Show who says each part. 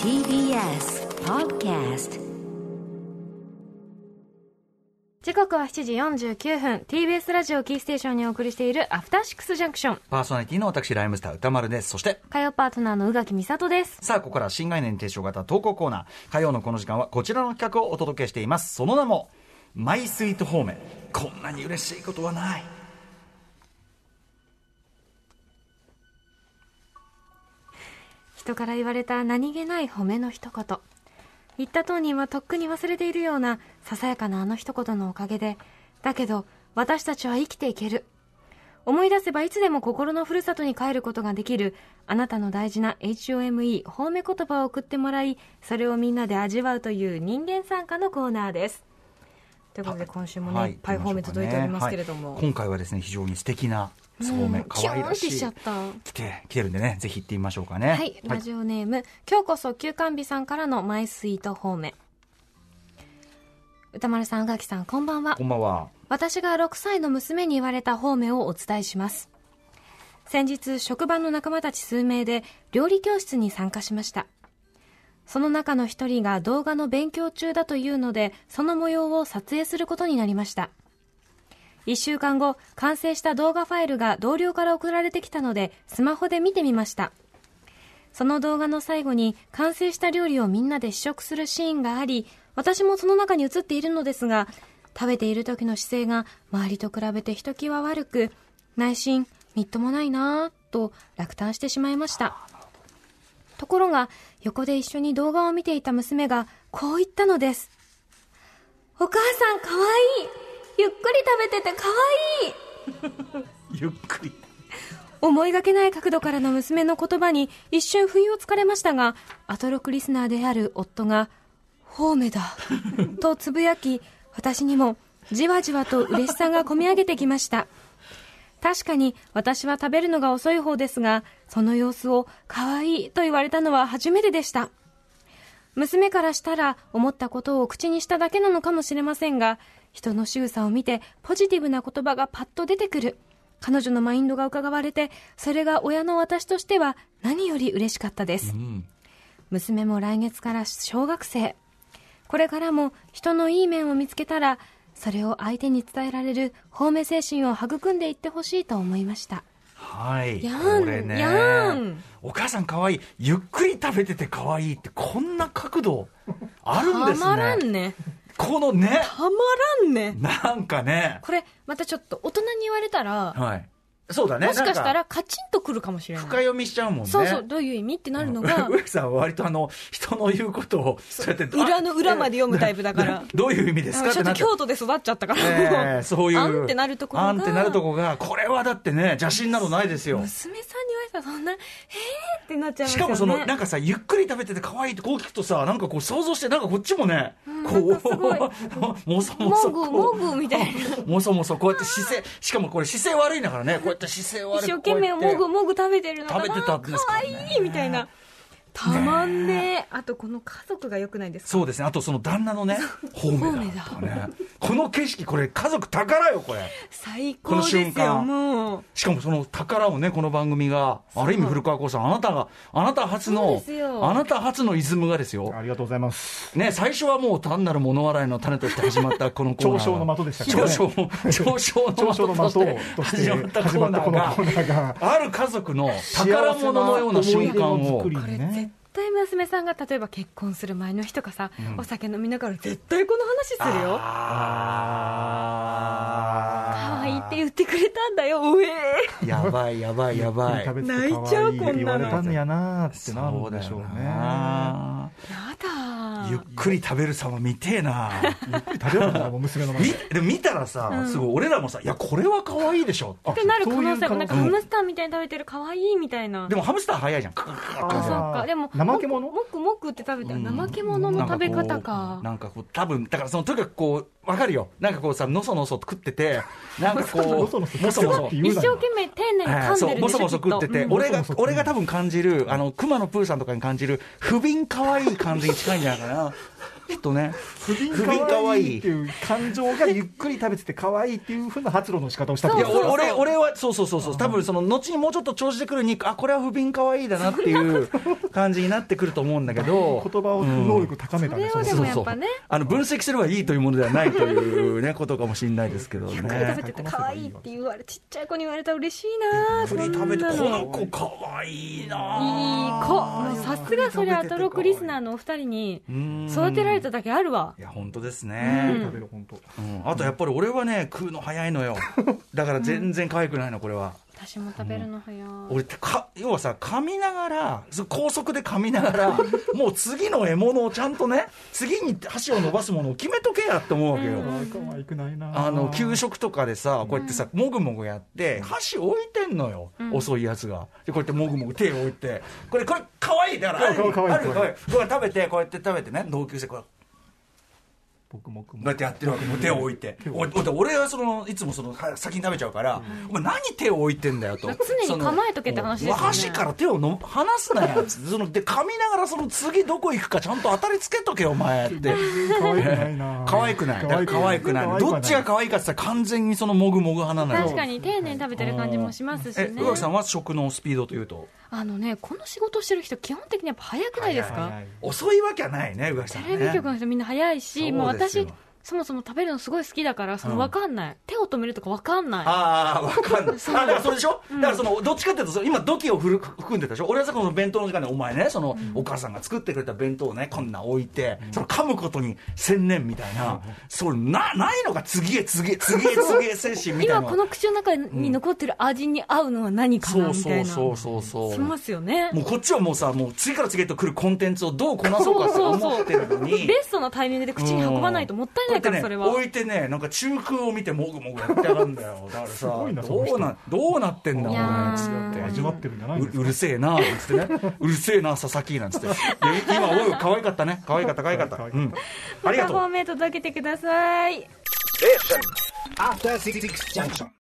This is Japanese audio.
Speaker 1: TBS Podcast
Speaker 2: 時刻は7時49分 TBS ラジオキーステーションにお送りしているアフターシックスジャンクション
Speaker 3: パーソナリティの私、ライムスター歌丸です。そして、
Speaker 2: 火曜パートナーの宇垣美里です
Speaker 3: さあ、ここからは新概念提唱型投稿コーナー。火曜のこの時間はこちらの企画をお届けしています。その名も、マイスイート方面。こんなに嬉しいことはない。
Speaker 2: 人から言われた何気ない褒めの一言言った当人はとっくに忘れているようなささやかなあの一言のおかげでだけど私たちは生きていける思い出せばいつでも心のふるさとに帰ることができるあなたの大事な HOME 褒め言葉を送ってもらいそれをみんなで味わうという人間参加のコーナーですということで今週もね、い、っぱい褒め届いておりますけれども、
Speaker 3: はい今回はですね、非常に素敵な、そう
Speaker 2: う
Speaker 3: め
Speaker 2: ん
Speaker 3: ん、可愛らし
Speaker 2: キュンってしちゃ
Speaker 3: い
Speaker 2: っ。た
Speaker 3: 来て、来てるんでね、ぜひ行ってみましょうかね。
Speaker 2: はい、ラジオネーム、今日こそ休館日さんからのマイスイート方面。歌丸さん、宇垣さん、こんばんは
Speaker 3: こ。んばんは。
Speaker 2: 私が6歳の娘に言われた方面をお伝えします。先日、職場の仲間たち数名で料理教室に参加しました。その中の一人が動画の勉強中だというので、その模様を撮影することになりました。一週間後、完成した動画ファイルが同僚から送られてきたので、スマホで見てみました。その動画の最後に完成した料理をみんなで試食するシーンがあり、私もその中に映っているのですが、食べている時の姿勢が周りと比べてひときわ悪く、内心、みっともないなぁと落胆してしまいました。ところが、横で一緒に動画を見ていた娘がこう言ったのです。お母さんかわいいゆっくり食べててかわいい
Speaker 3: ゆっくり。
Speaker 2: 思いがけない角度からの娘の言葉に一瞬不意をつかれましたが、アトロクリスナーである夫が、ホーメだ、とつぶやき、私にもじわじわと嬉しさがこみ上げてきました。確かに私は食べるのが遅い方ですが、その様子を可愛いと言われたのは初めてでした。娘からしたら思ったことを口にしただけなのかもしれませんが、人の仕草を見てポジティブな言葉がパッと出てくる。彼女のマインドが伺われて、それが親の私としては何より嬉しかったです。
Speaker 3: うん。
Speaker 2: 娘も来月から小学生。これからも人のいい面を見つけたら、それを相手に伝えられる方面精神を育んでいってほしいと思いました。
Speaker 3: はい。
Speaker 2: やん
Speaker 3: これね。
Speaker 2: やん
Speaker 3: お母さん可愛い。ゆっくり食べてて可愛いって、こんな角度、あるん
Speaker 2: た
Speaker 3: ですね。
Speaker 2: まらんね。
Speaker 3: このね、
Speaker 2: たまらんね。
Speaker 3: なんかね、
Speaker 2: これ、またちょっと大人に言われたら、
Speaker 3: はい。そうだね。
Speaker 2: もしかした
Speaker 3: なん
Speaker 2: らカチンとくるかもしれない。
Speaker 3: 深読みしちゃうもんね。
Speaker 2: そうそう、どういう意味ってなるの
Speaker 3: うん
Speaker 2: が、
Speaker 3: 植木さんは割とあの、人の言うことを、そうやって、
Speaker 2: 裏の裏まで読むタイプだから
Speaker 3: あえどういう意味ですかっ
Speaker 2: ちょ
Speaker 3: て
Speaker 2: っ
Speaker 3: な
Speaker 2: と
Speaker 3: っちゃう
Speaker 2: 京都で育っちゃったから、
Speaker 3: え
Speaker 2: も
Speaker 3: えそういう。
Speaker 2: あんってなるところが
Speaker 3: あんってなるとこが、これはだってね、邪心などないですよ。
Speaker 2: 娘さんに言われたらそんな、えーってなっちゃいます
Speaker 3: し
Speaker 2: よね。
Speaker 3: かもその、なんかさ、ゆっくり食べてて可愛いってこう聞くとさ、なんかこう想像して、なんかこっちもね、こう、
Speaker 2: なんかすごい
Speaker 3: もそも
Speaker 2: モ
Speaker 3: そ。
Speaker 2: グ
Speaker 3: こ
Speaker 2: モ
Speaker 3: う
Speaker 2: グみたいな。
Speaker 3: もそもそ、こうやって姿勢、しかもこれ姿勢悪いんだからね、こうやって姿勢悪い。
Speaker 2: 一生懸命
Speaker 3: こうやっ
Speaker 2: も
Speaker 3: て
Speaker 2: ぐもぐ食べてるのかな
Speaker 3: 食べてたんです
Speaker 2: か
Speaker 3: か
Speaker 2: わ
Speaker 3: ね
Speaker 2: いいみたいなたまんねえあとこの家族がよくないですか
Speaker 3: そうですね。あとその旦那のね、方面だとかね。この景色、これ家族宝よ、これ。
Speaker 2: 最
Speaker 3: こ
Speaker 2: 高
Speaker 3: の
Speaker 2: で
Speaker 3: 瞬
Speaker 2: すよ
Speaker 3: 間
Speaker 2: もう
Speaker 3: しかもその宝をね、この番組が、ある意味古川光さん、あなたが、あなた初
Speaker 2: そう
Speaker 3: の
Speaker 2: です、よ
Speaker 3: あなた初のイズムがですよ。
Speaker 4: ありがとうございます。
Speaker 3: ね、最初はもう単なる物笑いの種として始ま ったこのコーナー
Speaker 4: 長
Speaker 3: が。
Speaker 4: 所の
Speaker 3: 長
Speaker 4: 的でしたからね。
Speaker 3: 所の、長所
Speaker 4: 長
Speaker 3: の的と
Speaker 4: の
Speaker 3: して
Speaker 4: 的として
Speaker 3: 始まった
Speaker 4: 始
Speaker 3: コ
Speaker 4: ま
Speaker 3: ー
Speaker 4: っ
Speaker 3: ナ
Speaker 4: たこ
Speaker 3: ー
Speaker 4: のコーナー
Speaker 3: が
Speaker 4: が、
Speaker 3: ある家族の宝物のような瞬間を
Speaker 4: 幸せな思い出の作り
Speaker 2: これ
Speaker 4: に
Speaker 2: 絶
Speaker 4: ね。
Speaker 2: 対娘さんが例えば結婚する前の日とかさ、お酒飲みながら絶対この話するよ可愛いって言ってくれたんだよおえ
Speaker 3: やばいやばいやばい。
Speaker 4: 食べて
Speaker 2: 泣
Speaker 4: て
Speaker 2: いちゃう
Speaker 4: 可愛いって言われたんやなーって
Speaker 3: そ
Speaker 4: なる
Speaker 3: うんだ
Speaker 4: でしょ
Speaker 3: よ
Speaker 4: うね。
Speaker 3: な。
Speaker 2: や
Speaker 3: ゆっ
Speaker 2: だ
Speaker 3: くり食べる様見てえな。
Speaker 4: 食べるのがもう娘の前
Speaker 3: 見
Speaker 4: で。
Speaker 3: でも見たらさ、すごい俺らもさ「いやこれは可愛いでしょ」
Speaker 2: ってなる可能
Speaker 4: そういう
Speaker 2: 性
Speaker 4: 可
Speaker 2: もな
Speaker 4: 能
Speaker 2: んかハムスターみたいに食べてる可愛いみたいな
Speaker 3: でもハムスター早いじゃんクククク
Speaker 2: あ
Speaker 4: も
Speaker 2: そうかでも
Speaker 4: 怠け者
Speaker 2: もくもくって食べた、
Speaker 3: うん
Speaker 2: 怠け者の食べ方か
Speaker 3: なんかこう多分だからそのとにかくこう分かるよなんかこうさのそのそ食っててなんかこう
Speaker 4: のそのそ
Speaker 3: もそもそ
Speaker 4: って言
Speaker 2: 一
Speaker 4: うな
Speaker 2: 生
Speaker 4: よ
Speaker 2: 懸命丁寧に
Speaker 3: え
Speaker 2: 噛
Speaker 3: ー
Speaker 2: ん
Speaker 3: そ
Speaker 2: で
Speaker 3: う
Speaker 2: るん
Speaker 3: も
Speaker 2: でし
Speaker 3: そ
Speaker 2: ょ
Speaker 3: もそ
Speaker 2: きっ
Speaker 3: 食
Speaker 2: と
Speaker 3: ってて、
Speaker 2: うん
Speaker 3: 俺
Speaker 4: も
Speaker 3: が
Speaker 4: そもそ
Speaker 3: 俺が多分感じるあの熊野プーさんとかに感じる不憫可愛い感じに近いんじゃないかなえっとね
Speaker 4: 不憫
Speaker 3: 不憫か
Speaker 4: か
Speaker 3: わ
Speaker 4: わ
Speaker 3: い
Speaker 4: い
Speaker 3: い
Speaker 4: いっていう感情がゆっくり食べてて可愛いっていうふうな発露の仕方をしたって
Speaker 3: い
Speaker 4: こ
Speaker 3: や
Speaker 4: とです
Speaker 3: 俺俺俺はそうそうそうそう多分その後にもうちょっと長じてくるにあこれは不憫かわいいだなっていう感じになってくると思うんだけど
Speaker 4: 言葉を能力高めた
Speaker 2: そ
Speaker 4: ね
Speaker 2: れをで
Speaker 4: そ
Speaker 2: も
Speaker 4: の
Speaker 2: やっぱね
Speaker 3: あの分析すればいいというものではないという、ね、ことかもしれないですけど
Speaker 2: ゆっくり食べ
Speaker 3: ね。
Speaker 2: てて可愛いって言われちっちゃい子に言われたら嬉しいなそんなのいい
Speaker 3: この子かわいいな
Speaker 2: 子もうさすがそれアトロックリスナーのお二人に
Speaker 3: うん
Speaker 2: 育てられただけあるわ
Speaker 3: いや本当です
Speaker 4: ゆっくり
Speaker 3: ね、
Speaker 4: 食べる本当
Speaker 3: うんあとやっぱり俺はね食うの早いのよだから全然可愛くないのこれは、
Speaker 2: 私も食べるの早い
Speaker 3: 俺ってか要はさ噛みながらそう高速で噛みなが らもう次の獲物をちゃんとね次に箸を伸ばすものを決めとけやって思うわけよ、
Speaker 4: あー可愛くないな
Speaker 3: あの給食とかでさこうやってさ、もぐもぐやって箸置いてんのよ、遅いやつがでこうやってもぐもぐ手を置いてこれこれかわいいだからある
Speaker 4: かわいいかわいい
Speaker 3: あるこれこれ食べてこうやって食べてね同級生これこ
Speaker 4: 僕も僕
Speaker 3: うやってやってるわけもう手を置いておお俺はそのいつもそのは先に食べちゃうから、お前何手を置いてんだよと
Speaker 2: 常に構えとけって話ですよね
Speaker 3: その箸から手をの離すなよそので噛みながらその次どこ行くかちゃんと当たりつけとけお前って。
Speaker 4: 可愛くな
Speaker 3: 可愛くない。
Speaker 4: いな
Speaker 3: だから可愛くない。どっちが可愛いかって言ったら完全にそのもぐもぐ派なのよ。
Speaker 2: 確かに丁寧に食べてる感じもしますし
Speaker 3: え、
Speaker 2: ね
Speaker 3: 宇垣さんは食のスピードというと
Speaker 2: あのねこの仕事してる人基本的にやっぱ早くないです
Speaker 4: 早い
Speaker 2: か
Speaker 4: 早い
Speaker 3: 遅いわけはないね、宇垣さんは
Speaker 2: テ
Speaker 3: ね。
Speaker 2: レビ局の人みんな早いしもう
Speaker 3: そうですよ
Speaker 2: 私そもそも食べるのすごい好きだからその
Speaker 3: うん
Speaker 2: 分かんない手を止めるとか分かんない
Speaker 3: ああ、わ かんない。あ、だからそれでしょ、だからその、どっちかっていうとその、今、土器をふる含んでたでしょ俺はさ、この弁当の時間で、お前ね、その、お母さんが作ってくれた弁当をね、こんな置いて、その、噛むことに専念みたいな、それ、な、ないのか、次へ次へ、次へ次へ精神みたい
Speaker 2: 今
Speaker 3: な。
Speaker 2: この口の中に残ってる味に合うのは何か
Speaker 3: そ
Speaker 2: な
Speaker 3: う
Speaker 2: みた
Speaker 3: そ
Speaker 2: いうな
Speaker 3: そうそうそう。
Speaker 2: しますよね
Speaker 3: もうこっちはもうさ、もう次から次へと来るコンテンツをどうこなそうかって思ってるの に。
Speaker 2: ベストなタイミングで口に運ばないともったいないから
Speaker 3: こ
Speaker 2: そうれ
Speaker 3: や
Speaker 2: は
Speaker 3: ってね、置いてね、なんか中空を見てもぐもぐやってやがん だよ。だからさ、
Speaker 4: ごいなその
Speaker 3: ど
Speaker 4: 人
Speaker 3: うな、どうなってんだ、お
Speaker 2: いや
Speaker 3: 前、つ
Speaker 2: ー
Speaker 3: って。
Speaker 4: 味わってるんじゃないんです
Speaker 3: う
Speaker 4: か
Speaker 3: うるせえな、つってね。うるせえな、佐々木なんつって。で今、おい、可愛かったね。可愛かった、可愛かった。
Speaker 4: 可
Speaker 3: う
Speaker 4: 愛かった
Speaker 3: ん。あ
Speaker 2: ま
Speaker 3: りが
Speaker 2: た
Speaker 3: と
Speaker 2: フ
Speaker 3: う
Speaker 2: ォ。ーメイ届けてください
Speaker 5: After Six Junction.